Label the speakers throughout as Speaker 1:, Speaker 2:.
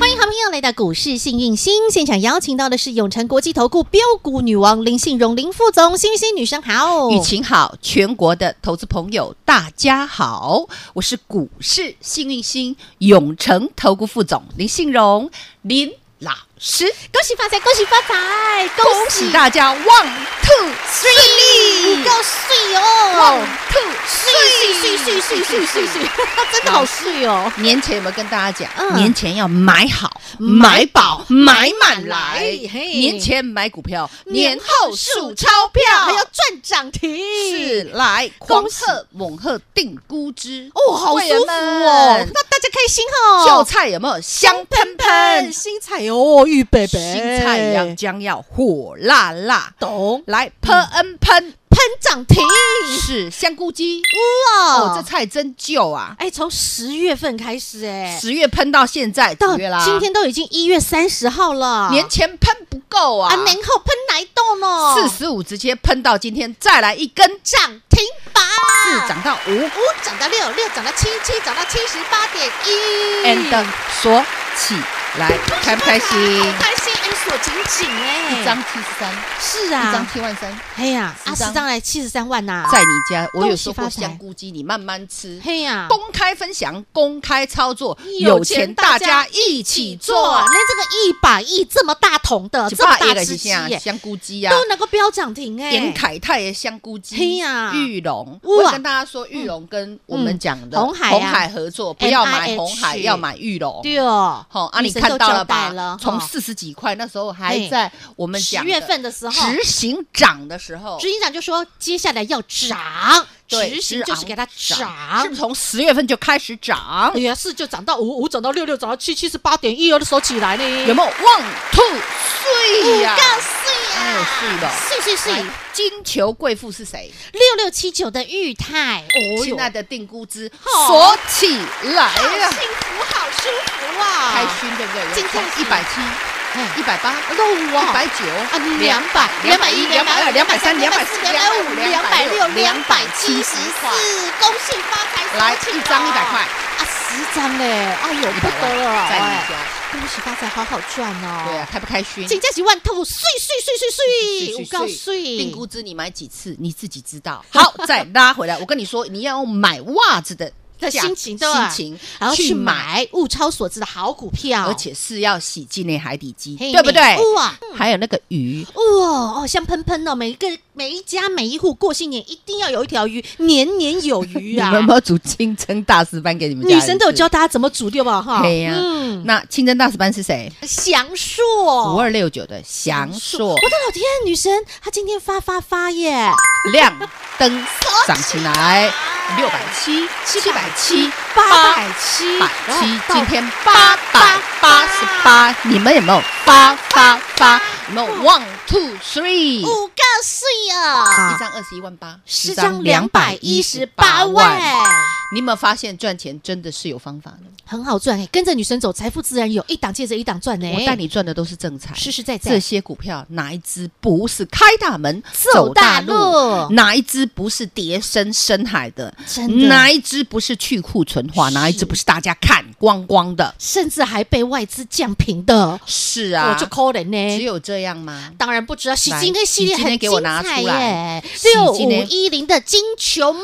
Speaker 1: 欢迎好朋友来到股市幸运星现场，邀请到的是永诚国际投顾标股女王林信荣林副总，幸运星女生好，
Speaker 2: 雨晴好，全国的投资朋友大家好，我是股市幸运星永诚投顾副总林信荣林老师，
Speaker 1: 恭喜发财，恭喜发财，
Speaker 2: 恭喜大家 one two
Speaker 1: 顺
Speaker 2: three
Speaker 1: 利，够碎
Speaker 2: one
Speaker 1: 哦，
Speaker 2: two
Speaker 1: 碎碎
Speaker 2: three
Speaker 1: 碎碎碎碎碎，真的好碎哦。
Speaker 2: 年前有没有跟大家
Speaker 1: 嗯
Speaker 2: 讲？年前要买好、
Speaker 1: 买
Speaker 2: 买饱、买满来
Speaker 1: 买嘿。
Speaker 2: 年前买股票，
Speaker 1: 年
Speaker 2: 年
Speaker 1: 后
Speaker 2: 后
Speaker 1: 数
Speaker 2: 数
Speaker 1: 钞
Speaker 2: 钞
Speaker 1: 票
Speaker 2: 票，
Speaker 1: 还要赚涨停，
Speaker 2: 是来
Speaker 1: 恭
Speaker 2: 狂
Speaker 1: 喜
Speaker 2: 贺猛贺定估值
Speaker 1: 哦，好舒服哦，那大家开心哦，
Speaker 2: 就菜有没有香喷喷？
Speaker 1: 新菜哦，预备备，
Speaker 2: 新菜一样将要火辣辣，
Speaker 1: 懂
Speaker 2: 来喷喷
Speaker 1: 喷涨停
Speaker 2: 是香菇鸡
Speaker 1: 哇
Speaker 2: 哦，这菜真旧啊！
Speaker 1: 哎，从十月份开始哎，
Speaker 2: 十月喷到现在
Speaker 1: 到
Speaker 2: 几月啦？
Speaker 1: 今天都已经一月三十号了，
Speaker 2: 年前喷不够啊
Speaker 1: 啊，，年后喷哪一栋呢？
Speaker 2: 四十五直接喷到今天，再来一根涨，
Speaker 1: 涨停板，
Speaker 2: 是涨到五
Speaker 1: 五涨到六，六涨到七，七涨到七十八点一
Speaker 2: ，and 锁起来，开不开心？
Speaker 1: 好开心，哎，锁紧紧哎，
Speaker 2: 一张七十三，一
Speaker 1: 是
Speaker 2: 张
Speaker 1: 啊，
Speaker 2: 七万三，
Speaker 1: 哎呀，
Speaker 2: 十
Speaker 1: 啊，十
Speaker 2: 张
Speaker 1: 张来七十三万呐，
Speaker 2: 在你家，我有说
Speaker 1: 啊恭
Speaker 2: 过
Speaker 1: 喜发财
Speaker 2: 香菇鸡，你慢慢吃。
Speaker 1: 嘿呀，
Speaker 2: 公开分享、公开操作，
Speaker 1: 有
Speaker 2: 有
Speaker 1: 钱
Speaker 2: 钱
Speaker 1: 大
Speaker 2: 大
Speaker 1: 家
Speaker 2: 家一起做
Speaker 1: 连。这个一百亿这么大桶的，
Speaker 2: 一
Speaker 1: 这么
Speaker 2: 百
Speaker 1: 大
Speaker 2: 亿的
Speaker 1: 只
Speaker 2: 是
Speaker 1: 鸡
Speaker 2: 啥？
Speaker 1: 耶，
Speaker 2: 香菇鸡啊，
Speaker 1: 都能够飙涨停哎，
Speaker 2: 严凯泰的香菇
Speaker 1: 嘿
Speaker 2: 鸡
Speaker 1: 呀
Speaker 2: 玉龙。
Speaker 1: 哇
Speaker 2: 我有跟大家说，玉龙跟我们讲的
Speaker 1: 嗯红海啊
Speaker 2: 红海合作，不要买
Speaker 1: NIH
Speaker 2: 红海，要买玉龙。
Speaker 1: 对哦，
Speaker 2: 好啊，
Speaker 1: 女
Speaker 2: 你
Speaker 1: 神
Speaker 2: 看
Speaker 1: 都
Speaker 2: 到
Speaker 1: 交
Speaker 2: 了
Speaker 1: 代
Speaker 2: 吧？
Speaker 1: 了
Speaker 2: 从
Speaker 1: 哦
Speaker 2: 四十几块那时候还
Speaker 1: 嘿
Speaker 2: 在我们
Speaker 1: 十
Speaker 2: 讲
Speaker 1: 月
Speaker 2: 的
Speaker 1: 份的时候，
Speaker 2: 执行长的时候，
Speaker 1: 执行长就说接下来要涨，
Speaker 2: 对
Speaker 1: 执行就是给它涨
Speaker 2: 是不。是从十月份就开始涨
Speaker 1: 哎？呀，是就涨到五，五涨到六，六涨到七，七十八点一二的手起来呢。
Speaker 2: 有没有？One two three 呀
Speaker 1: 五！杠四
Speaker 2: 啊哎呦，
Speaker 1: 呀？
Speaker 2: 是的。哎
Speaker 1: 是是是，
Speaker 2: 来金球贵妇是谁？
Speaker 1: 六六七九的裕泰，哦
Speaker 2: 亲爱
Speaker 1: 的，
Speaker 2: 的定估值
Speaker 1: 好
Speaker 2: 锁起来
Speaker 1: 好
Speaker 2: 哎呀，
Speaker 1: 幸福，好舒服啊！
Speaker 2: 开心对不对？
Speaker 1: 今天
Speaker 2: 一百七、
Speaker 1: 哎，
Speaker 2: 一百八、
Speaker 1: 都
Speaker 2: 一
Speaker 1: 哇，
Speaker 2: 百九、
Speaker 1: 啊，两百、两百一、两百二、两百三、两百四、两百五、两百六、两百七十四，恭喜发财！
Speaker 2: 来
Speaker 1: 恭喜
Speaker 2: 一张
Speaker 1: 哦
Speaker 2: 一百块，
Speaker 1: 啊，十张嘞，哎呦，
Speaker 2: 一
Speaker 1: 不
Speaker 2: 百啊
Speaker 1: 得了
Speaker 2: 万在
Speaker 1: 哎
Speaker 2: 你！家，
Speaker 1: 恭喜发财，好好赚哦！
Speaker 2: 对啊，，开不开心？
Speaker 1: 金价几万透，碎碎碎碎碎，
Speaker 2: 碎
Speaker 1: 五告
Speaker 2: 碎
Speaker 1: 碎，
Speaker 2: 定估值你买几次你自己知道。好，再拉回来，我跟你说，你要用买袜子的
Speaker 1: 的
Speaker 2: 价
Speaker 1: 心情对吧
Speaker 2: 心情，
Speaker 1: 然后去。买物超所值的好股票，
Speaker 2: 而且是要洗进那海底鸡，
Speaker 1: 嘿嗯
Speaker 2: 对不对？
Speaker 1: 哇！
Speaker 2: 还有那个鱼，
Speaker 1: 哇哦，香喷喷哦！每一个每一家每一户过新年一定要有一条鱼，年年有余
Speaker 2: 你
Speaker 1: 啊！
Speaker 2: 们有没有煮清蒸大师班给你们家
Speaker 1: 女
Speaker 2: 人
Speaker 1: 神都有
Speaker 2: 吃
Speaker 1: 教大家怎么煮对吧？哈，
Speaker 2: 对呀、
Speaker 1: 嗯，哦
Speaker 2: 那清真大师班是谁？
Speaker 1: 祥硕，
Speaker 2: 五二六九的祥硕
Speaker 1: 我的老天，女神她今天发发发耶！
Speaker 2: 亮灯涨起来，六百七、七百七、
Speaker 1: 八百七，
Speaker 2: 百
Speaker 1: 然后
Speaker 2: 七，
Speaker 1: 到
Speaker 2: 今天八百八十八，你们有没有发发发？有没有 one two three？
Speaker 1: 五个岁啊，
Speaker 2: 一张二十一万八，
Speaker 1: 十张两百一十八万，
Speaker 2: 你有没有发现赚钱真的是有方法的？
Speaker 1: 很好赚哎、跟着女神走，财富自然有，一档接着一档赚呢、
Speaker 2: 我带你赚的都是正财，
Speaker 1: 实实在在
Speaker 2: 这些股票哪一只不是开大门
Speaker 1: 走大路
Speaker 2: 哪一只不是跌深深海的？
Speaker 1: 真的
Speaker 2: 哪一只不是去库存化？
Speaker 1: 是
Speaker 2: 哪一只不是大家看光光的？
Speaker 1: 甚至还被外资降平的，哦
Speaker 2: 是啊
Speaker 1: 我，就哎扣人
Speaker 2: 只
Speaker 1: 呢。
Speaker 2: 有这样吗？
Speaker 1: 当然不知道，喜
Speaker 2: 来
Speaker 1: 金跟系列
Speaker 2: 喜金
Speaker 1: 很
Speaker 2: 给我
Speaker 1: 精
Speaker 2: 拿
Speaker 1: 彩
Speaker 2: 出来
Speaker 1: 耶，六
Speaker 2: 喜金
Speaker 1: 五
Speaker 2: 呢
Speaker 1: 一零的金球猫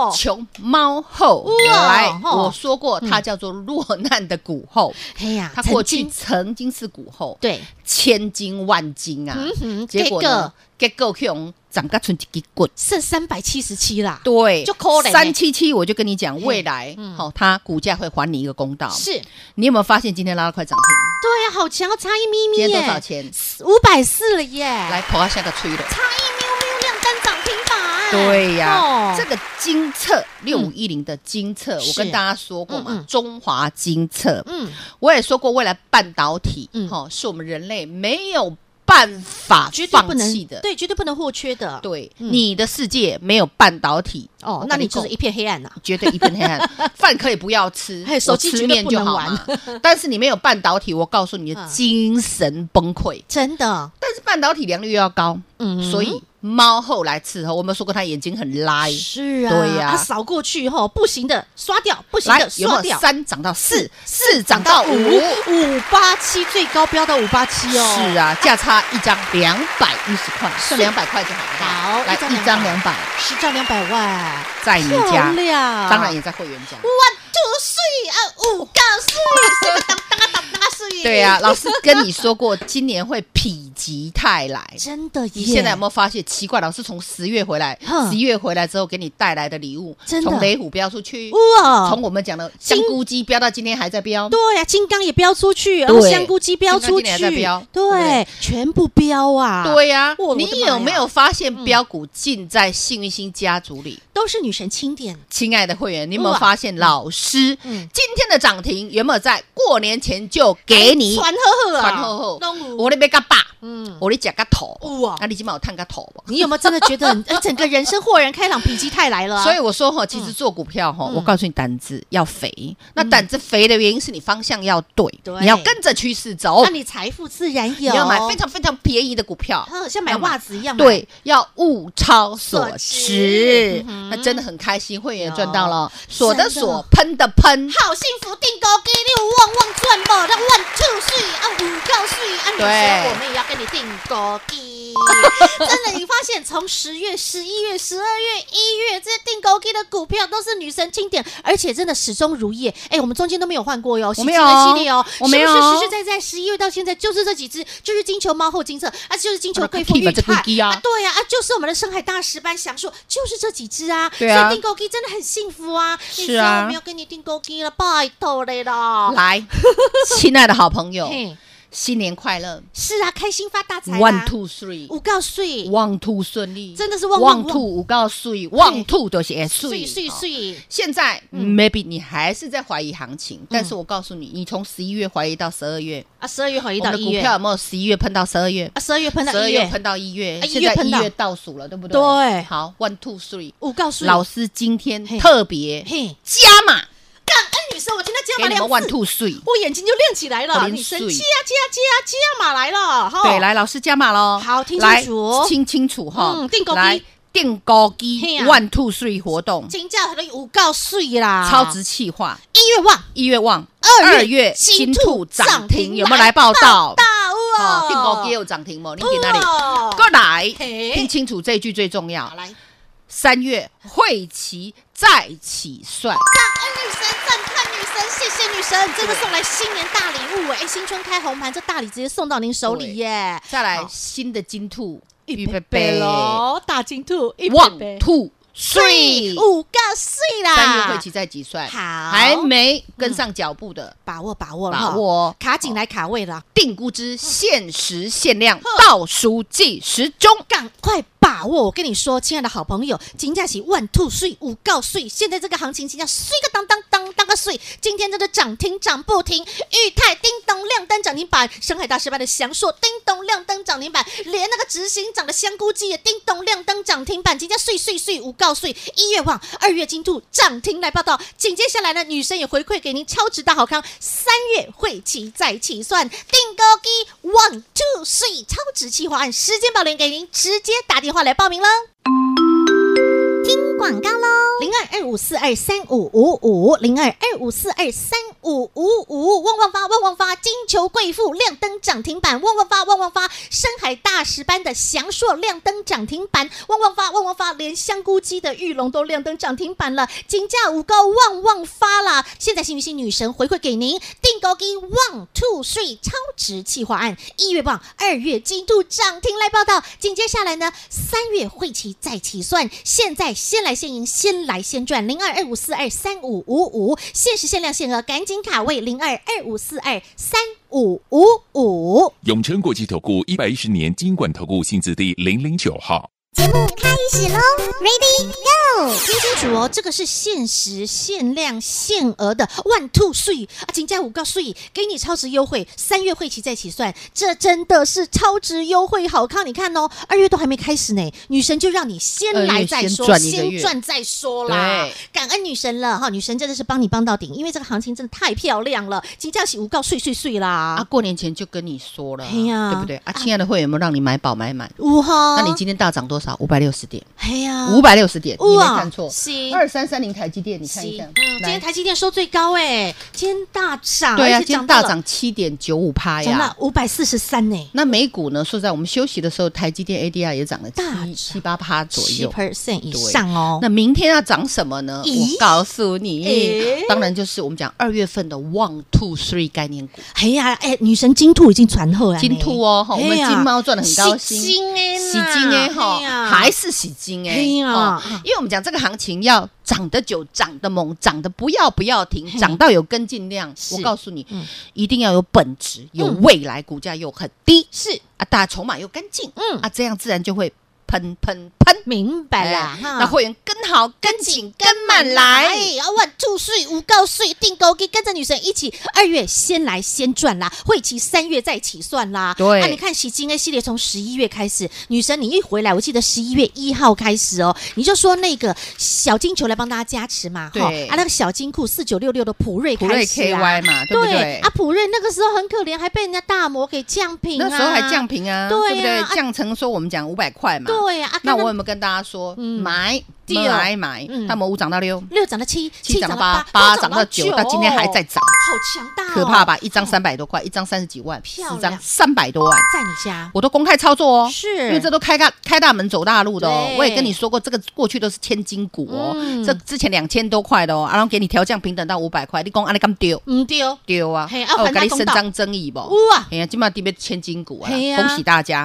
Speaker 1: 后，
Speaker 2: 穷猫后
Speaker 1: 哦哇
Speaker 2: 来，
Speaker 1: 哦
Speaker 2: 我说过它叫做落难的股后，
Speaker 1: 哎呀，
Speaker 2: 它过
Speaker 1: 曾
Speaker 2: 去
Speaker 1: 经
Speaker 2: 曾经是股后，
Speaker 1: 对，
Speaker 2: 千金万金啊
Speaker 1: 嗯，哼，
Speaker 2: 结果
Speaker 1: 这
Speaker 2: 呢
Speaker 1: 个，
Speaker 2: 结果去用涨个存一支棍。
Speaker 1: 剩三百七十七啦，
Speaker 2: 对，
Speaker 1: 就可怜欸
Speaker 2: 三七七，我就跟你讲，
Speaker 1: 嘿
Speaker 2: 未来
Speaker 1: 嗯
Speaker 2: 好，它股价会还你一个公道。
Speaker 1: 是，对
Speaker 2: 你有没有发现今天拉了快涨停？
Speaker 1: 呀，好强，差一咪咪耶，
Speaker 2: 今天多少钱？啊
Speaker 1: 五百四了耶！
Speaker 2: 来，跑到下个吹了。
Speaker 1: 差一喵喵亮灯涨停板，
Speaker 2: 对呀、
Speaker 1: 哦嗯
Speaker 2: 这个金策六五一零的金策，我
Speaker 1: 是
Speaker 2: 跟大家说过嘛，
Speaker 1: 嗯嗯
Speaker 2: 中华金策，
Speaker 1: 嗯，
Speaker 2: 我也说过，未来半导体，
Speaker 1: 嗯
Speaker 2: 哦，是我们人类没有办法
Speaker 1: 绝对不
Speaker 2: 放
Speaker 1: 能
Speaker 2: 弃的。
Speaker 1: 对，绝对不能或缺的。
Speaker 2: 对，
Speaker 1: 嗯
Speaker 2: 你的世界没有半导体，
Speaker 1: 哦
Speaker 2: 我，
Speaker 1: 那
Speaker 2: 跟
Speaker 1: 你
Speaker 2: 你
Speaker 1: 就是
Speaker 2: 讲
Speaker 1: 一片黑暗呐。啊
Speaker 2: 绝对一片黑 暗，饭可以不要吃
Speaker 1: 嘿，手
Speaker 2: 我
Speaker 1: 机
Speaker 2: 吃
Speaker 1: 绝对
Speaker 2: 面
Speaker 1: 不
Speaker 2: 就
Speaker 1: 能
Speaker 2: 好
Speaker 1: 玩
Speaker 2: 嘛。 但是你没有半导体，我告诉你，
Speaker 1: 嗯
Speaker 2: 精神崩溃。
Speaker 1: 真的，
Speaker 2: 但是半导体良率又要高，
Speaker 1: 嗯
Speaker 2: 所以猫后来伺候，我们说过它眼睛很拉，
Speaker 1: 是啊，
Speaker 2: 对呀
Speaker 1: 它扫过去后不行的刷掉，不行
Speaker 2: 来
Speaker 1: 的刷
Speaker 2: 有没有
Speaker 1: 掉，
Speaker 2: 三涨到四，四涨到五？
Speaker 1: 五八七最高飙到五八七哦，
Speaker 2: 是啊，价差一张两百一十块，算两百块就好了。
Speaker 1: 好
Speaker 2: 来
Speaker 1: 一张
Speaker 2: 一张
Speaker 1: 200
Speaker 2: 两百，
Speaker 1: 十兆两百万，
Speaker 2: 在你
Speaker 1: 漂
Speaker 2: 家，
Speaker 1: 亮，
Speaker 2: 当然也在会员家。
Speaker 1: 万度岁啊，五告岁，谁当当当当岁？
Speaker 2: 对啊，，老师跟你说过，今年会否极泰来。
Speaker 1: 真的耶，
Speaker 2: 你现在有没有发现奇怪？老师从十月回来，
Speaker 1: 哼
Speaker 2: 十一月回来之后给你带来的礼物，
Speaker 1: 嗯真的
Speaker 2: 从雷虎飙出去，
Speaker 1: 哇？
Speaker 2: 从我们讲的香菇鸡飙到今天还在飙，
Speaker 1: 对呀、金刚也飙出去，然后
Speaker 2: 对
Speaker 1: 香菇鸡飙出
Speaker 2: 金刚今年还在
Speaker 1: 去，
Speaker 2: 飙对不
Speaker 1: 对
Speaker 2: 对，
Speaker 1: 全部飙啊！，
Speaker 2: 对呀、
Speaker 1: 我的
Speaker 2: 你
Speaker 1: 妈呀
Speaker 2: 有没有发现标股尽在幸运星家族里？
Speaker 1: 都是女神钦点，
Speaker 2: 亲爱的会员，你有没有
Speaker 1: 哇
Speaker 2: 发现老师
Speaker 1: 嗯
Speaker 2: 今天的涨停有没有在过年前就给你
Speaker 1: 传呵呵啊，
Speaker 2: 传厚厚
Speaker 1: 弄有
Speaker 2: 我的没个爸，
Speaker 1: 嗯，
Speaker 2: 我的夹个头，
Speaker 1: 哇
Speaker 2: 那，你起码有探个头吧。
Speaker 1: 你有没有真的觉 得呃整个人生豁然开朗，否极泰来了、啊？
Speaker 2: 所以我说哈，其实做股票哈，
Speaker 1: 嗯
Speaker 2: 我告诉你，胆子要肥。那胆子肥的原因是你方向要嗯对
Speaker 1: 对，
Speaker 2: 你要跟着趋势走
Speaker 1: 那，你财富自然有，
Speaker 2: 你要买非常非常便宜的股票。
Speaker 1: 呃像买
Speaker 2: 要买
Speaker 1: 袜子一样，，
Speaker 2: 对，要物超所
Speaker 1: 所值
Speaker 2: 值
Speaker 1: 嗯，哼
Speaker 2: 那真的很开心，会员
Speaker 1: 有
Speaker 2: 赚到了，锁的
Speaker 1: 真的
Speaker 2: 锁，喷的喷，
Speaker 1: 好幸福定高给你有旺旺赚宝，那万兔岁啊五告岁啊，你
Speaker 2: 对
Speaker 1: 说我们也要跟你定高给。 真的，你发现从十月、十一月、十二月、一月这些定高给的股票都是女神经典，而且真的始终如一。哎，我们中间都没有换过哟，
Speaker 2: 我没
Speaker 1: 喜之
Speaker 2: 有
Speaker 1: 系列哦，
Speaker 2: 我没有
Speaker 1: 是不是实实在在十一月到现在就是这几只，就是金球猫后金色啊，就是金球贵妇裕
Speaker 2: 我的屁吧这
Speaker 1: 泰
Speaker 2: 龟鸡啊
Speaker 1: 对呀啊，就是我们的深海大石斑享受，就是这几只啊，
Speaker 2: 对啊
Speaker 1: 所以定高给真的很幸福啊，你
Speaker 2: 是
Speaker 1: 说
Speaker 2: 啊
Speaker 1: 我们要跟你订购机了，拜托你了。
Speaker 2: 来，亲爱的好朋友，
Speaker 1: 嘿，
Speaker 2: 新年快乐
Speaker 1: 是啊，开心发大财啦
Speaker 2: ，one two three。
Speaker 1: 五告岁，
Speaker 2: 旺兔顺利，
Speaker 1: 真的是旺旺
Speaker 2: 旺兔五告水，旺兔都是
Speaker 1: 岁
Speaker 2: 水
Speaker 1: 岁。
Speaker 2: 哦
Speaker 1: 岁，
Speaker 2: 现在
Speaker 1: 嗯
Speaker 2: maybe 你还是在怀疑行情，但是我告诉你，你从十一月怀疑到十二月，
Speaker 1: 啊，十二月回
Speaker 2: 我
Speaker 1: 到
Speaker 2: 们的
Speaker 1: 一
Speaker 2: 股
Speaker 1: 月，
Speaker 2: 票
Speaker 1: 啊，
Speaker 2: 有没有十一月喷到十二月？
Speaker 1: 十二月喷
Speaker 2: 十
Speaker 1: 到
Speaker 2: 二
Speaker 1: 一
Speaker 2: 月
Speaker 1: 月，
Speaker 2: 喷到一月
Speaker 1: 啊，
Speaker 2: 现
Speaker 1: 一月
Speaker 2: 在
Speaker 1: 喷
Speaker 2: 一
Speaker 1: 到
Speaker 2: 月倒数了，对不对？
Speaker 1: 对
Speaker 2: 好，one two three。
Speaker 1: 五告岁，
Speaker 2: 老师今天
Speaker 1: 嘿
Speaker 2: 特别
Speaker 1: 嘿，
Speaker 2: 加码
Speaker 1: 感恩女神，我听她加
Speaker 2: 给
Speaker 1: 码
Speaker 2: 你们
Speaker 1: 两
Speaker 2: one
Speaker 1: 次，
Speaker 2: two three。
Speaker 1: 我眼睛就亮起来了。
Speaker 2: 可怜
Speaker 1: 女神加
Speaker 2: 水
Speaker 1: 加加加码来了，哈，
Speaker 2: 对，，来老师加码喽。
Speaker 1: 哦好听清
Speaker 2: 来
Speaker 1: 楚
Speaker 2: 听清楚哈
Speaker 1: 嗯。订购机
Speaker 2: 来订购机
Speaker 1: 嘿啊
Speaker 2: one two three 活动，
Speaker 1: 金价可能五告岁啦，
Speaker 2: 超值气化，
Speaker 1: 一月旺，
Speaker 2: 一月旺，
Speaker 1: 二月
Speaker 2: 金兔涨
Speaker 1: 涨停
Speaker 2: 停有没有来报道？
Speaker 1: 大
Speaker 2: 哦
Speaker 1: 哦，，
Speaker 2: 订购机也有涨停哦，你给哪里？
Speaker 1: 里？
Speaker 2: 过来，
Speaker 1: 嘿
Speaker 2: 听清楚这一句最重
Speaker 1: 好
Speaker 2: 要。
Speaker 1: 来，
Speaker 2: 三月会期再起算，
Speaker 1: 女神赞叹女神，谢谢女神，真的送来新年大礼物哎！新春开红盘，这大礼直接送到您手里耶！
Speaker 2: 再来
Speaker 1: 好
Speaker 2: 新的金兔
Speaker 1: 预备备喽，大金兔一
Speaker 2: 旺
Speaker 1: 杯
Speaker 2: 兔 three
Speaker 1: three。五个岁啦！
Speaker 2: 三月会期再计算，
Speaker 1: 好
Speaker 2: 还没跟上脚步的，
Speaker 1: 把握把握了哈，
Speaker 2: 把握
Speaker 1: 卡紧来卡位啦，
Speaker 2: 定估值限时限量，倒数计时中。
Speaker 1: 赶快把握！我跟你说，亲爱的好朋友，金价起万兔税五告税，现在这个行情金价碎个当当当当个碎，今天真的涨停涨不停，裕泰叮咚亮灯涨停板，深海大师班的祥硕叮咚亮灯涨停板，连那个执行长的香菇鸡也叮咚亮灯涨停板，金价碎碎碎五告税，一月旺，二月金兔涨停来报道，紧接下来呢，女神也回馈给您超值大好康，三月会期再起算，订购机 one two three 超值计划案，时间保留给您，直接打电话来报名喽。听广告喽，零二二五四二三五五五，零二二五四二三五五五，旺旺发，旺旺发，金球贵妇亮灯涨停板，旺旺发，旺旺发，深海大石斑的祥硕亮灯涨停板，旺旺发，旺旺发，连香菇鸡的玉龙都亮灯涨停板了，金价五高，旺旺发啦！现在幸运星女神回馈给您，定高给 one two three 超值企划案，一月棒，二月金度涨停来报道，紧接下来呢，三月会期再起算，现在先来先赢，先来先赚，零二二五四二三五五五，限时限量限额，赶紧卡位零二二五四二三五五五。
Speaker 3: 永诚国际投顾一百一十年金管投顾性质第零零九号。节目开始喽，Ready Go！
Speaker 1: 听清楚哦，这个是限时、限量、限额的万兔税啊，金价五告税，给你超值优惠，三月会期再起算，这真的是超值优惠好康！你看哦，二月都还没开始呢，女神就让你先来再说，
Speaker 2: 二月先赚一个
Speaker 1: 先
Speaker 2: 月
Speaker 1: 赚再说啦
Speaker 2: 对。
Speaker 1: 感恩女神了哈，女神真的是帮你帮到顶，因为这个行情真的太漂亮了，金价是五告税税税啦
Speaker 2: 啊，，过年前就跟你说了，
Speaker 1: 哎呀哦
Speaker 2: 对不对？啊，亲爱的会员们，让你买饱买满。
Speaker 1: 五哈，
Speaker 2: 那你今天大涨多少？五百六十点，
Speaker 1: 哎呀
Speaker 2: 五百六十点，你没
Speaker 1: 哇
Speaker 2: 看错。
Speaker 1: 是
Speaker 2: 二三三零台积电，你看一
Speaker 1: 行，
Speaker 2: 下
Speaker 1: 嗯，今，天
Speaker 2: 来，
Speaker 1: 台积电收最高哎、今天大涨，
Speaker 2: 对啊，
Speaker 1: 而且
Speaker 2: 今天
Speaker 1: 到
Speaker 2: 大
Speaker 1: 了
Speaker 2: 涨七点九五趴
Speaker 1: 涨
Speaker 2: 哎呀
Speaker 1: 到。五百四十三呢，
Speaker 2: 那美股呢？说实在，我们休息的时候，台积电 ADR 也涨了
Speaker 1: 大涨
Speaker 2: 七七八趴左
Speaker 1: 七
Speaker 2: 右。
Speaker 1: percent 以
Speaker 2: 对
Speaker 1: 上哦。
Speaker 2: 那明天要涨什么呢？
Speaker 1: 咦
Speaker 2: 我告诉你
Speaker 1: 诶，
Speaker 2: 当然就是我们讲二月份的 one two three 概念股，
Speaker 1: 哎呀，哎，女神金兔已经传后了呢，
Speaker 2: 金兔哦，哈，我们
Speaker 1: 哎呀
Speaker 2: 金猫赚的很高
Speaker 1: 喜
Speaker 2: 兴，
Speaker 1: 金哎啦，
Speaker 2: 喜金哎
Speaker 1: 哎
Speaker 2: 哈，
Speaker 1: 呀
Speaker 2: 还是喜金哎
Speaker 1: 哎呀
Speaker 2: 哦，因为我们讲这个行情要涨得久、涨得猛、涨得不要不要停、涨到有跟进量。
Speaker 1: 是嗯
Speaker 2: 我告诉你，一定要有本质、有未来，股价又很低
Speaker 1: 是
Speaker 2: 啊，大家筹码又干净，
Speaker 1: 嗯
Speaker 2: 啊，这样自然就会喷喷喷。
Speaker 1: 明白啦
Speaker 2: 哎
Speaker 1: 哈。
Speaker 2: 那会员跟好、跟紧、跟满来。
Speaker 1: 啊，万兔税、五告税、定高给，跟着女神一起，二月先来先赚啦，会期三月再起算啦。啊
Speaker 2: 对
Speaker 1: 那、你看喜金 A 系列从十一月开始，女神你一回来，我记得十一月一号开始哦，你就说那个小金球来帮大家加持嘛，
Speaker 2: 对
Speaker 1: 齁啊，那个小金库四九六六的普瑞
Speaker 2: 普瑞
Speaker 1: 开始啊
Speaker 2: KY 嘛，对不对
Speaker 1: 啊，？普瑞那个时候很可怜，还被人家大摩给降平、啊，
Speaker 2: 那时候还降平啊，
Speaker 1: 对啊
Speaker 2: 对不
Speaker 1: 啊
Speaker 2: 对？降成说我们讲五百块嘛，
Speaker 1: 对呀、啊，
Speaker 2: 那我有
Speaker 1: 刚刚
Speaker 2: 没有跟大家说
Speaker 1: 嗯
Speaker 2: 买
Speaker 1: 对哦
Speaker 2: 买买
Speaker 1: 嗯？
Speaker 2: 他们五涨到六，
Speaker 1: 六涨到七，
Speaker 2: 七涨
Speaker 1: 到
Speaker 2: 到八，八涨到九，到今天还在涨，
Speaker 1: 好强大、哦，
Speaker 2: 可怕吧？一张三百多块，一张三十几万，十
Speaker 1: 漂亮
Speaker 2: 张三百多万，
Speaker 1: 在你家。
Speaker 2: 我都公开操作哦。
Speaker 1: 是，
Speaker 2: 因为这都开大开大门走大路的哦
Speaker 1: 对，
Speaker 2: 我也跟你说过，这个过去都是千金股哦，
Speaker 1: 嗯
Speaker 2: 这之前两千多块的哦，啊然后给你调降平等到五百块，你讲安尼咁丢
Speaker 1: 唔对，有
Speaker 2: 丢啊
Speaker 1: 嘿啊？
Speaker 2: 啊
Speaker 1: 还
Speaker 2: 我
Speaker 1: 他
Speaker 2: 跟你
Speaker 1: 公
Speaker 2: 伸
Speaker 1: 道
Speaker 2: 张争议不？
Speaker 1: 啊，
Speaker 2: 哎呀，今嘛底边千金股啊，
Speaker 1: 嘿啊
Speaker 2: 恭喜大家！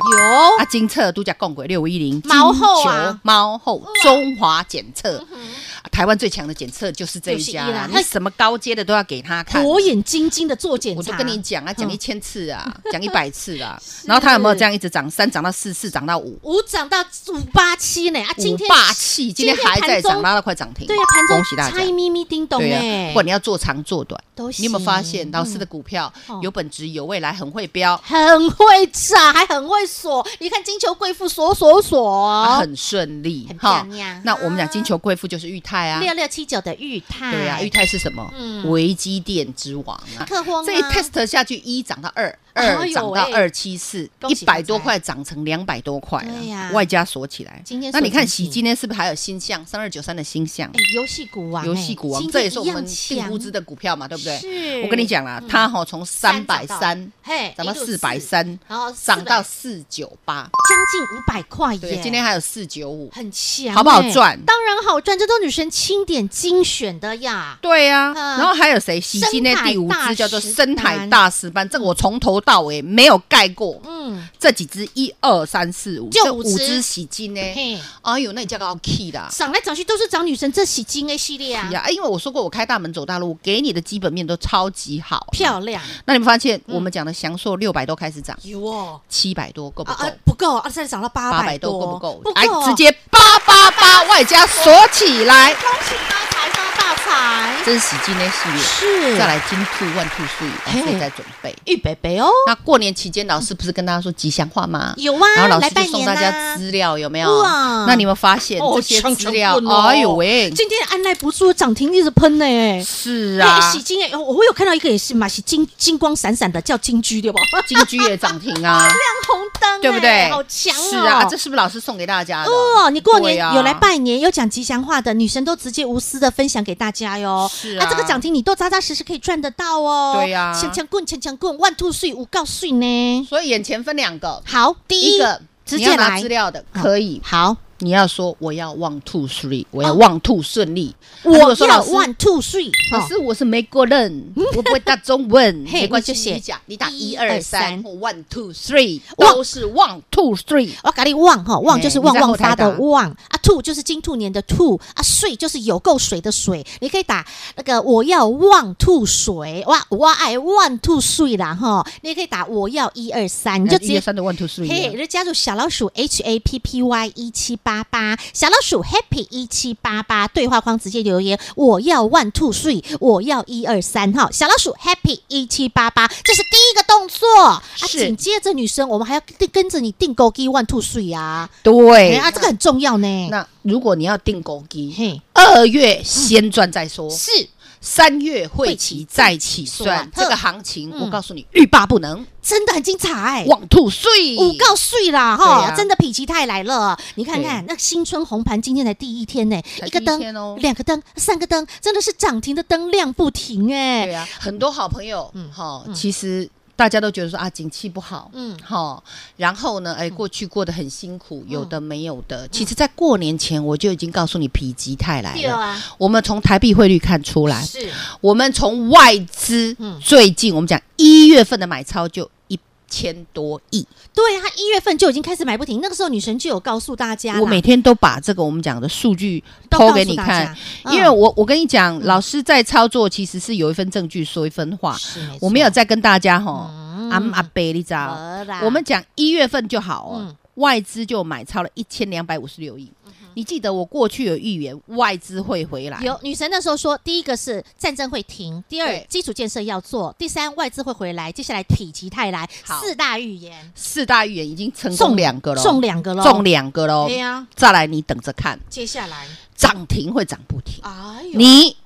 Speaker 2: 啊，金策都叫共轨六一零，
Speaker 1: 哦猫后啊嗯
Speaker 2: 金球猫后中华检测，啊台湾最强的检测就是这一家
Speaker 1: 就是伊啦
Speaker 2: 啦。你什么高阶的都要给他看，
Speaker 1: 火眼金睛的做检查，
Speaker 2: 我就跟你讲啊，讲一
Speaker 1: 嗯
Speaker 2: 千次啊，讲一百 次啊，然后它有没有这样一直涨？三涨到四，四涨到五，
Speaker 1: 五涨到五八七呢啊，今
Speaker 2: 五
Speaker 1: 天
Speaker 2: 霸气，今天啊还在
Speaker 1: 盘中
Speaker 2: 涨，拉到快涨停，
Speaker 1: 对呀，盘中
Speaker 2: 恭喜大家
Speaker 1: 差！一咪咪叮咚
Speaker 2: 对啊
Speaker 1: 哎，
Speaker 2: 呀，不管你要做长做短，
Speaker 1: 都行嗯
Speaker 2: 你有没有发现老师的股票
Speaker 1: 哦
Speaker 2: 有本质、有未来，很会飙，
Speaker 1: 很会涨，还很会锁，你看金球贵妇锁锁
Speaker 2: 啊
Speaker 1: 锁，
Speaker 2: 很顺利
Speaker 1: 哦很漂
Speaker 2: 哈
Speaker 1: 亮。
Speaker 2: 那我们讲金球贵妇就是裕泰啊，
Speaker 1: 六六七九的裕泰，
Speaker 2: 对啊呀，裕泰是什么？
Speaker 1: 哎嗯
Speaker 2: 维基店之王啊！
Speaker 1: 客户
Speaker 2: 这一 test 下去，一涨到二，
Speaker 1: 哎呦
Speaker 2: 二涨到二七四，
Speaker 1: 恭
Speaker 2: 一
Speaker 1: 喜发财
Speaker 2: 百多块涨成两百多块
Speaker 1: 对呀
Speaker 2: 了，外加锁起来
Speaker 1: 今天。
Speaker 2: 那你
Speaker 1: 锁
Speaker 2: 看
Speaker 1: 进
Speaker 2: 喜
Speaker 1: 去
Speaker 2: 今天是不是还有新项三二九三的新项
Speaker 1: 哎？游戏股王哎，
Speaker 2: 游戏股王，
Speaker 1: 今
Speaker 2: 这
Speaker 1: 天
Speaker 2: 也是我
Speaker 1: 一样
Speaker 2: 们定
Speaker 1: 强
Speaker 2: 估值的股票嘛，对不对？
Speaker 1: 是
Speaker 2: 我跟你讲啦，它哈从三百三
Speaker 1: 嘿
Speaker 2: 涨到
Speaker 1: 一路
Speaker 2: 四百三，
Speaker 1: 然后400
Speaker 2: 涨到四九八，
Speaker 1: 将近五百块
Speaker 2: 对
Speaker 1: 耶，，
Speaker 2: 今天还有四九五，
Speaker 1: 很强，欸
Speaker 2: 好不好赚
Speaker 1: 当然好赚，这都女神清点精选的呀。
Speaker 2: 对呀、
Speaker 1: 嗯
Speaker 2: 然后还有谁？洗金的第五只叫做
Speaker 1: 深
Speaker 2: 深
Speaker 1: 海
Speaker 2: 海
Speaker 1: 大
Speaker 2: 大石斑，这个我从头到尾没有盖过。
Speaker 1: 嗯，
Speaker 2: 这几只一二三四五，
Speaker 1: 就
Speaker 2: 这
Speaker 1: 五
Speaker 2: 五
Speaker 1: 只
Speaker 2: 只洗金呢？
Speaker 1: 嘿，
Speaker 2: 哎呦，那你叫高 key 啦！
Speaker 1: 涨来涨去都是涨女神这喜金 A 系列啊，
Speaker 2: 呀，哎因为我说过，我开大门走大路，给你的基本面都超级好。啊
Speaker 1: 漂亮，
Speaker 2: 那你们发现
Speaker 1: 嗯
Speaker 2: 我们讲的祥硕六百多开始涨，
Speaker 1: 有哦，
Speaker 2: 七百多够不
Speaker 1: 啊
Speaker 2: 够
Speaker 1: 啊？不够啊，再涨到八
Speaker 2: 八
Speaker 1: 百
Speaker 2: 百
Speaker 1: 多
Speaker 2: 多够不够？
Speaker 1: 不
Speaker 2: 哎
Speaker 1: 够，啊
Speaker 2: 直接八八八外加锁 起来，
Speaker 1: 恭喜发财发大财，
Speaker 2: 这是洗金的系列。
Speaker 1: 是
Speaker 2: 再来金兔万兔数，老师
Speaker 1: 嘿
Speaker 2: 也在准备。
Speaker 1: 玉北北哦，
Speaker 2: 那过年期间，老师不是跟大家说吉祥话吗？
Speaker 1: 有啊，
Speaker 2: 然后老
Speaker 1: 来
Speaker 2: 师就
Speaker 1: 拜
Speaker 2: 送
Speaker 1: 年
Speaker 2: 大
Speaker 1: 啦
Speaker 2: 家。资料，有没有
Speaker 1: 哇？
Speaker 2: 那你们发现
Speaker 1: 哦
Speaker 2: 这些
Speaker 1: 强
Speaker 2: 资料
Speaker 1: 强棍哦，
Speaker 2: 哎呦喂，
Speaker 1: 今天按耐不住涨停一直喷呢，哎
Speaker 2: 是
Speaker 1: 哎
Speaker 2: 啊
Speaker 1: 喜，金哎，我我有看到一个也是嘛，是金金光闪闪的，叫金居对吧？
Speaker 2: 金居也涨停啊，
Speaker 1: 亮红灯哎，
Speaker 2: 对不对？
Speaker 1: 好强哦！
Speaker 2: 是啊，这是不是老师送给大家的？
Speaker 1: 哦，你过年
Speaker 2: 对啊
Speaker 1: 有来拜年，有讲吉祥话的女神都直接无私的分享给大家哟。
Speaker 2: 是啊
Speaker 1: 这个涨停你都扎扎实实可以赚得到哦。
Speaker 2: 对呀
Speaker 1: 强强棍，强强棍，万兔税五告税呢。
Speaker 2: 所以眼前分两个，
Speaker 1: 好，第
Speaker 2: 一
Speaker 1: 一
Speaker 2: 个
Speaker 1: 直
Speaker 2: 你
Speaker 1: 接
Speaker 2: 要拿
Speaker 1: 来嗯
Speaker 2: 资料的可以，
Speaker 1: 好，
Speaker 2: 你要说我要 one two three，我要 one two 顺利。
Speaker 1: 哦我
Speaker 2: 如果
Speaker 1: 要
Speaker 2: 说老师
Speaker 1: one two three，
Speaker 2: 老
Speaker 1: 哦嗯
Speaker 2: 师，我是美国人，我不会打中文，
Speaker 1: 嘿
Speaker 2: 没关系，
Speaker 1: 你就写
Speaker 2: 你讲，你打
Speaker 1: 一
Speaker 2: 一
Speaker 1: 二
Speaker 2: 二
Speaker 1: 三
Speaker 2: 三，one two three，
Speaker 1: 哇
Speaker 2: 都是 one two three。
Speaker 1: 我咖喱旺哈，旺
Speaker 2: 哎
Speaker 1: 就是
Speaker 2: 你
Speaker 1: 旺
Speaker 2: 在
Speaker 1: 旺
Speaker 2: 后台
Speaker 1: 发的
Speaker 2: 打
Speaker 1: 旺啊，兔就是金兔年的兔啊，水就是有够水的水，你可以打那个我要旺兔水哇，我爱旺兔水啦哈，你也可以打我要一二三，你就直
Speaker 2: 呃一二
Speaker 1: 接。
Speaker 2: 三的 one two three
Speaker 1: 嘿，
Speaker 2: 啊。
Speaker 1: 就加入小老鼠 H A P P Y 一七八八，小老鼠 Happy 一七八八，对话框直接留言，我要 one two three，我要一二三哈，小老鼠 Happy 一七八八，这是第一个动作啊。
Speaker 2: 是
Speaker 1: 紧接着女生，我们还要跟跟着你订购 G one two three 啊，哎
Speaker 2: 对
Speaker 1: 啊，这个很重要呢。
Speaker 2: 那如果你要订狗机，
Speaker 1: 嘿，嗯
Speaker 2: 二月先赚再说，
Speaker 1: 是
Speaker 2: 三月会期再起
Speaker 1: 算
Speaker 2: 算。这个行情，
Speaker 1: 嗯
Speaker 2: 我告诉你，欲罢不能
Speaker 1: 真的很精彩。
Speaker 2: ，one two three。
Speaker 1: 五告碎啦
Speaker 2: 对
Speaker 1: 哈，
Speaker 2: 啊
Speaker 1: 真的否极泰来了。你看看
Speaker 2: 对
Speaker 1: 那新春红盘今天才第一天呢，
Speaker 2: 才
Speaker 1: 一个
Speaker 2: 第一
Speaker 1: 灯
Speaker 2: 天哦，
Speaker 1: 两个灯，三个灯，真的是涨停的灯亮不停
Speaker 2: 对
Speaker 1: 哎。
Speaker 2: 啊，很多好朋友，嗯，哈
Speaker 1: 嗯，
Speaker 2: 其实大家都觉得说啊，景气不好，
Speaker 1: 嗯
Speaker 2: 嗯，哈，然后呢，哎，过去过得很辛苦，
Speaker 1: 嗯
Speaker 2: 有的没有的。其实，在过年前我就已经告诉你，否极泰来了。
Speaker 1: 啊，
Speaker 2: 我们从台币汇率看出来，
Speaker 1: 是
Speaker 2: 我们从外资
Speaker 1: 嗯
Speaker 2: 最近我们讲一月份的买超就一千多亿，
Speaker 1: 对啊，他一月份就已经开始买不停，那个时候女神就有告诉大家啦，
Speaker 2: 我每天都把这个我们讲的数据
Speaker 1: 都告
Speaker 2: 抛
Speaker 1: 诉
Speaker 2: 给你
Speaker 1: 大
Speaker 2: 看
Speaker 1: 家，嗯
Speaker 2: 因为我我跟你讲，老师在操作其实是有一份证据说一分话，
Speaker 1: 是没错
Speaker 2: 我没有在跟大家吼
Speaker 1: 嗯
Speaker 2: 阿姆阿贝，你知道？
Speaker 1: 好啦
Speaker 2: 我们讲一月份就好
Speaker 1: 嗯
Speaker 2: 哦，外资就买超了一千两百五十六亿。你记得我过去有预言外资会回来，
Speaker 1: 有女神那时候说，第一个是战争会停，第二
Speaker 2: 对
Speaker 1: 基础建设要做，第三外资会回来，接下来否极泰来，
Speaker 2: 好
Speaker 1: 四大预言
Speaker 2: 四大预言已经成功两个了，
Speaker 1: 中两个喽，
Speaker 2: 中两个喽
Speaker 1: 对。呀，
Speaker 2: 再来，你等着看，
Speaker 1: 接下来，
Speaker 2: 涨停会涨不停。
Speaker 1: 哎呦，
Speaker 2: 你，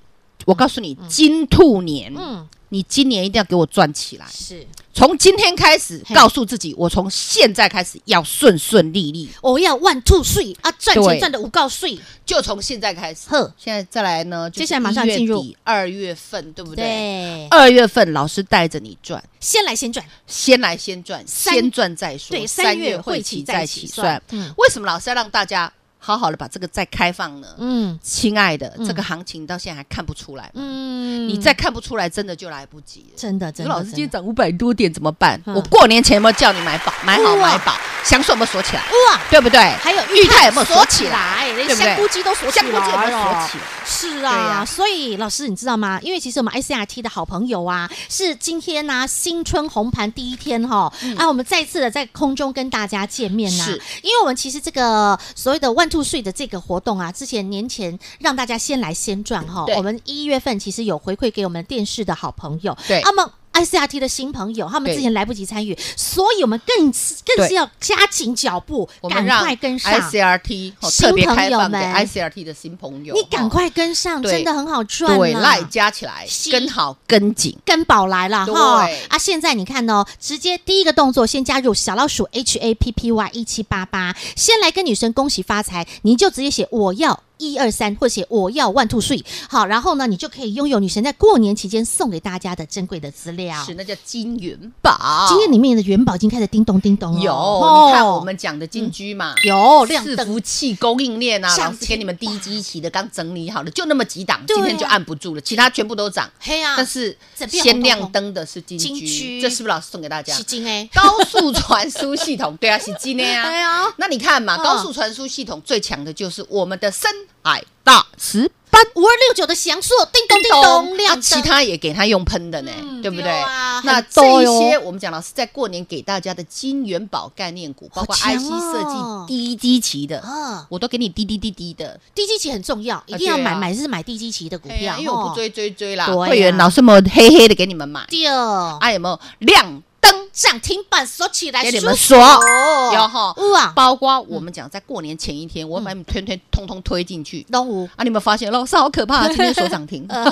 Speaker 2: 我告诉你，金兔年，
Speaker 1: 嗯
Speaker 2: 你今年一定要给我赚起来。
Speaker 1: 是，
Speaker 2: 从今天开始，
Speaker 1: 嘿
Speaker 2: 告诉自己，我从现在开始要顺顺利利，
Speaker 1: 我要 one two three 啊，赚钱
Speaker 2: 对
Speaker 1: 赚的五告税，
Speaker 2: 就从现在开始。
Speaker 1: 呵，
Speaker 2: 现在再来呢，就是
Speaker 1: 接下来马上进入
Speaker 2: 1月底二月份，对不对？
Speaker 1: 对，哦
Speaker 2: 二月份老师带着你赚，
Speaker 1: 先来先赚，
Speaker 2: 先来先赚，
Speaker 1: 三
Speaker 2: 先赚再说。
Speaker 1: 对三月会期再起算嗯
Speaker 2: 为什么老师要让大家好好的把这个再开放呢？
Speaker 1: 嗯
Speaker 2: 亲爱的，
Speaker 1: 嗯
Speaker 2: 这个行情到现在还看不出来，
Speaker 1: 嗯
Speaker 2: 你再看不出来，真的就来不及了。
Speaker 1: 真的真
Speaker 2: 你说
Speaker 1: 的，
Speaker 2: 老师
Speaker 1: 真
Speaker 2: 今天
Speaker 1: 的
Speaker 2: 涨五百多点怎么办？
Speaker 1: 嗯
Speaker 2: 我过年前有没有叫你买保买好
Speaker 1: 哇
Speaker 2: 买保？想锁有没有锁起来？
Speaker 1: 哇，
Speaker 2: 对不对？
Speaker 1: 还有
Speaker 2: 裕泰有没有
Speaker 1: 锁
Speaker 2: 锁
Speaker 1: 起
Speaker 2: 起来？
Speaker 1: 来，连
Speaker 2: 对不对
Speaker 1: 香菇鸡都锁起
Speaker 2: 香
Speaker 1: 来
Speaker 2: 菇鸡有没有锁
Speaker 1: 了
Speaker 2: 起。来？
Speaker 1: 是
Speaker 2: 对
Speaker 1: 啊，
Speaker 2: 呀
Speaker 1: 所以老师你知道吗？因为其实我们 ICRT 的好朋友啊，是今天呢、新春红盘第一天哈、啊，我们再次的在空中跟大家见面呐、
Speaker 2: 嗯是
Speaker 1: 因为我们其实这个所谓的万兔税的这个活动啊，之前年前让大家先来先赚哈、
Speaker 2: 对
Speaker 1: 我们一月份其实有回馈给我们电视的好朋友，
Speaker 2: 对
Speaker 1: 他们。ICRT 的新朋友，他们
Speaker 2: 对
Speaker 1: 之前来不及参与，所以我们更是更是
Speaker 2: 对
Speaker 1: 要加紧脚步，
Speaker 2: 我
Speaker 1: 赶
Speaker 2: 们让哎
Speaker 1: 快跟上。
Speaker 2: ICRT 哦
Speaker 1: 新
Speaker 2: 特别
Speaker 1: 朋
Speaker 2: 开
Speaker 1: 友
Speaker 2: 放给
Speaker 1: 们
Speaker 2: ICRT 的新朋友，
Speaker 1: 你赶
Speaker 2: 哦
Speaker 1: 快跟上，
Speaker 2: 对
Speaker 1: 真的很好赚
Speaker 2: 对
Speaker 1: 啦
Speaker 2: 赖加起来
Speaker 1: 是，
Speaker 2: 跟好跟紧。
Speaker 1: 跟宝来了
Speaker 2: 对
Speaker 1: 哈啊！现在你看哦，直接第一个动作，先加入小老鼠 H A P P Y 一七八八，先来跟女神恭喜发财，你就直接写我要。一二三，或者写我要 one two three，好，然后呢，你就可以拥有女神在过年期间送给大家的珍贵的资料。
Speaker 2: 是，那叫金元宝。
Speaker 1: 今天里面的元宝已经开始叮咚叮咚了。
Speaker 2: 有，
Speaker 1: 哦
Speaker 2: 你看我们讲的金居嘛，
Speaker 1: 嗯有亮
Speaker 2: 伺
Speaker 1: 灯
Speaker 2: 服器供应链啊，
Speaker 1: 上
Speaker 2: 老师给你们第一机期的刚整理好的，就那么几档，
Speaker 1: 对啊
Speaker 2: 今天就按不住了，其他全部都涨。
Speaker 1: 黑啊，
Speaker 2: 但是
Speaker 1: 整片红
Speaker 2: 先
Speaker 1: 彤彤
Speaker 2: 亮灯的是金
Speaker 1: 哦金居
Speaker 2: 居，这是不是老师送给大家
Speaker 1: 吸？金哎，
Speaker 2: 高速传输系统，对啊，是金的
Speaker 1: 哎
Speaker 2: 呀。
Speaker 1: 呀，
Speaker 2: 那你看嘛，
Speaker 1: 嗯
Speaker 2: 高速传输系统最强的就是我们的深海大石斑。
Speaker 1: 五二六九的祥硕叮咚叮咚亮
Speaker 2: 啊
Speaker 1: 灯，
Speaker 2: 其他也给他用喷的呢，
Speaker 1: 嗯
Speaker 2: 对不对？
Speaker 1: 对啊
Speaker 2: 那
Speaker 1: 很多
Speaker 2: 这一
Speaker 1: 哟
Speaker 2: 些我们讲老师在过年给大家的金元宝概念股，包括
Speaker 1: 好强
Speaker 2: IC
Speaker 1: 哦
Speaker 2: 设计低基期的，
Speaker 1: 啊，
Speaker 2: 我都给你滴滴滴滴的
Speaker 1: 低基期很重要，一定要
Speaker 2: 对
Speaker 1: 买
Speaker 2: 啊
Speaker 1: 买是买低基期的股
Speaker 2: 股
Speaker 1: 票，
Speaker 2: 因为我
Speaker 1: 哦
Speaker 2: 不追追追啦，
Speaker 1: 对啊
Speaker 2: 会员老师们黑黑的给你们买，
Speaker 1: 第二，
Speaker 2: 啊有没有亮灯？
Speaker 1: 涨停板锁起来，
Speaker 2: 给你
Speaker 1: 舒
Speaker 2: 们
Speaker 1: 服
Speaker 2: 锁
Speaker 1: 哦
Speaker 2: 有哈
Speaker 1: 哇，
Speaker 2: 包括我们讲在过年前一天，我把你们推推通通推进去
Speaker 1: 东 吴，
Speaker 2: 啊！你们发现老师好可怕，今天锁涨停。
Speaker 1: 呃，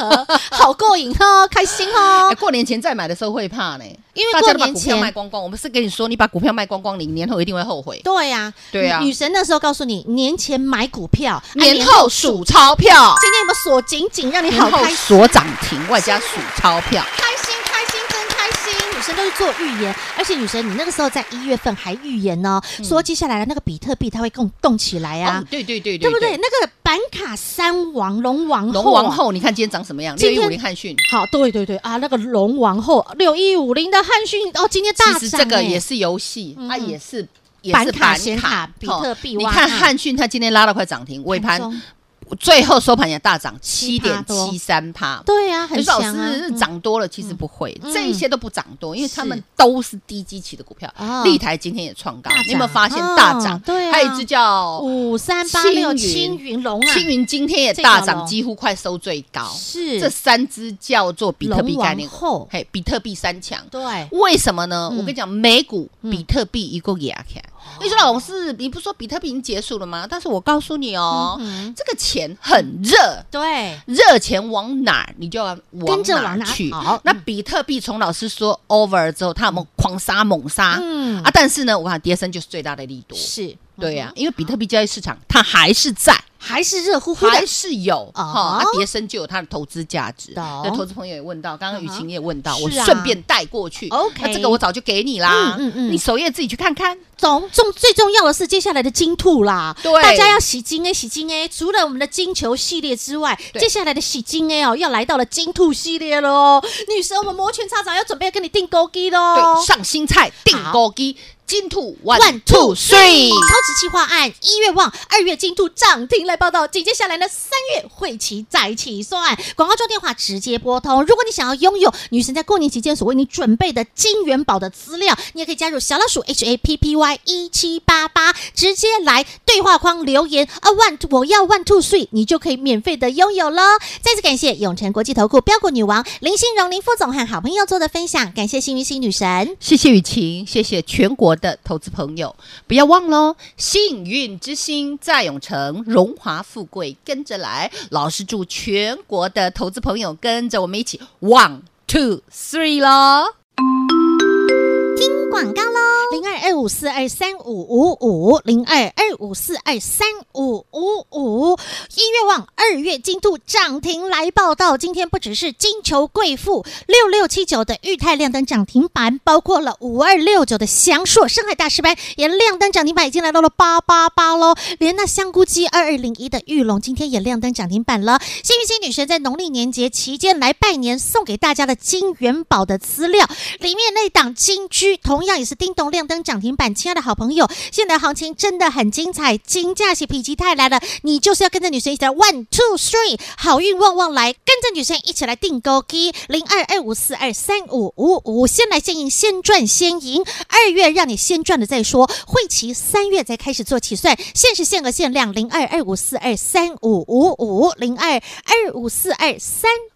Speaker 1: 好过瘾哦，开心哦
Speaker 2: 哎，，过年前再买的时候会怕呢，
Speaker 1: 因为
Speaker 2: 大家
Speaker 1: 过
Speaker 2: 都把
Speaker 1: 年
Speaker 2: 股票卖
Speaker 1: 前。
Speaker 2: 光光，我们是跟你说，你把股票卖光光，你年后一定会后悔。
Speaker 1: 对呀、
Speaker 2: 对啊
Speaker 1: 女女神那时候告诉你，年前买股票，啊
Speaker 2: 年后数钞票，
Speaker 1: 今天有没有锁紧紧，让你
Speaker 2: 年
Speaker 1: 好
Speaker 2: 后
Speaker 1: 开心，
Speaker 2: 锁涨停，外加数钞票，
Speaker 1: 开心，开心，真开心！你女生都是做预言，而且女神你那个时候在一月份还预言呢、说接下来的那个比特币它会动动起来啊
Speaker 2: 嗯哦，，对对对
Speaker 1: 对不对？？那个板卡三王龙王后啊
Speaker 2: 龙王后，你看今天长什么样？六
Speaker 1: 今
Speaker 2: 一
Speaker 1: 天
Speaker 2: 五零汉逊，
Speaker 1: 好，对对对啊，那个龙王后六一五零的汉逊哦，今天大
Speaker 2: 其
Speaker 1: 涨、欸，
Speaker 2: 实这个也啊是游戏，它也是。也
Speaker 1: 嗯板
Speaker 2: 是
Speaker 1: 卡
Speaker 2: 板哦
Speaker 1: 显卡比特币
Speaker 2: 你
Speaker 1: 哇
Speaker 2: 看
Speaker 1: 那
Speaker 2: 汉逊，它今天拉了块涨停，尾
Speaker 1: 盘
Speaker 2: 盘
Speaker 1: 中
Speaker 2: 最后收盘也大涨七
Speaker 1: 7%
Speaker 2: 点
Speaker 1: 多
Speaker 2: 七三趴。
Speaker 1: 对呀、啊，
Speaker 2: 可
Speaker 1: 很
Speaker 2: 是老
Speaker 1: 香
Speaker 2: 师
Speaker 1: 啊，
Speaker 2: 是
Speaker 1: 嗯
Speaker 2: 涨多了，其实不会，
Speaker 1: 嗯
Speaker 2: 这一些都不涨多，因为他们
Speaker 1: 是
Speaker 2: 都是低基期的股票
Speaker 1: 哦。
Speaker 2: 立台今天也创高
Speaker 1: 大涨，
Speaker 2: 你有没有发现大涨
Speaker 1: 哦？对啊
Speaker 2: 还有一只叫
Speaker 1: 五三八六青
Speaker 2: 青云
Speaker 1: 云龙啊，
Speaker 2: 青云，今天也
Speaker 1: 这条
Speaker 2: 大
Speaker 1: 龙
Speaker 2: 涨，几乎快收最高。
Speaker 1: 是
Speaker 2: 这三只叫做比特币概
Speaker 1: 龙王
Speaker 2: 念
Speaker 1: 后
Speaker 2: 股，嘿，比特币三强。
Speaker 1: 对
Speaker 2: 为什么呢？
Speaker 1: 嗯哦
Speaker 2: 我跟你讲，美股
Speaker 1: 嗯
Speaker 2: 比特币一共也起来。你说老师，你不是说比特币已经结束了吗？但是我告诉你哦，
Speaker 1: 嗯
Speaker 2: 这个钱很热，
Speaker 1: 对，
Speaker 2: 热钱往哪儿，你就要
Speaker 1: 跟
Speaker 2: 往
Speaker 1: 着
Speaker 2: 哪
Speaker 1: 往
Speaker 2: 儿
Speaker 1: 哪
Speaker 2: 去。
Speaker 1: 跑
Speaker 2: 那比特币从老师说 over 之后，它有没有狂杀猛杀？
Speaker 1: 嗯
Speaker 2: 啊，但是呢，我看跌升就是最大的利多。
Speaker 1: 是，
Speaker 2: 对呀、
Speaker 1: 嗯
Speaker 2: 因为比特币交易市场它还是在。
Speaker 1: 还是热乎乎的
Speaker 2: 还，是有
Speaker 1: 哦
Speaker 2: 哈，啊，跌升就有它的投资价值。
Speaker 1: 懂
Speaker 2: 那投资朋友也问到，刚刚雨
Speaker 1: 嗯哼
Speaker 2: 晴也问到，我
Speaker 1: 是啊
Speaker 2: 顺便带过去。
Speaker 1: OK
Speaker 2: 那这个我早就给你啦，
Speaker 1: 嗯嗯嗯
Speaker 2: 你首页自己去看看。
Speaker 1: 总重最重要的是接下来的金兔啦，
Speaker 2: 对
Speaker 1: 大家要洗金 A 洗金 A。除了我们的金球系列之外，
Speaker 2: 对
Speaker 1: 接下来的洗金 A 哦，要来到了金兔系列喽。女神，我们摩拳擦掌要准备要跟你订钩机喽
Speaker 2: 对，。上新菜定高低，金兔
Speaker 1: 哦 One
Speaker 2: one
Speaker 1: two
Speaker 2: two
Speaker 1: three，
Speaker 2: three。
Speaker 1: 超值计划案，一月旺，二月金兔涨停来报道。紧接下来呢，三月会期再起算。广告中电话直接拨通。如果你想要拥有女神在过年期间所为你准备的金元宝的资料，你也可以加入小老鼠 H A P P Y 一七八八，直接来对话框留言啊，one 我要 one two three，你就可以免费的拥有喽。再次感谢永诚国际投顾标股女王林心荣林副总和好朋友做的分享，感谢幸运星女神。
Speaker 2: 谢谢雨晴，谢谢全国的投资朋友，不要忘喽！幸运之星在永城，荣华富贵跟着来。老师祝全国的投资朋友跟着我们一起 one two three 喽！
Speaker 3: 广告喽。
Speaker 1: 零二二五四二三五五五，零二二五四二三五五五。一月旺，二月金兔涨停来报道。今天不只是金球贵妇六六七九的裕泰亮灯涨停板，包括了五二六九的祥硕上海大师班也亮灯涨停板，已经来到了八八八喽。连那香菇鸡二二零一的玉龙今天也亮灯涨停板了。幸运星女神在农历年节期间来拜年，送给大家的金元宝的资料，里面那档金居同样也是叮咚亮灯涨停板。亲爱的好朋友，现在行情真的很精彩，金价是否极泰来了，你就是要跟着女神一起来 one two three，好运旺旺来，跟着女神一起来订购 K 零二二五四二三五五五，先来先赢，先赚先赢。二月让你先赚了再说，会期三月再开始做起算，限时限额限量零二二五四二三五五五零二二五四二三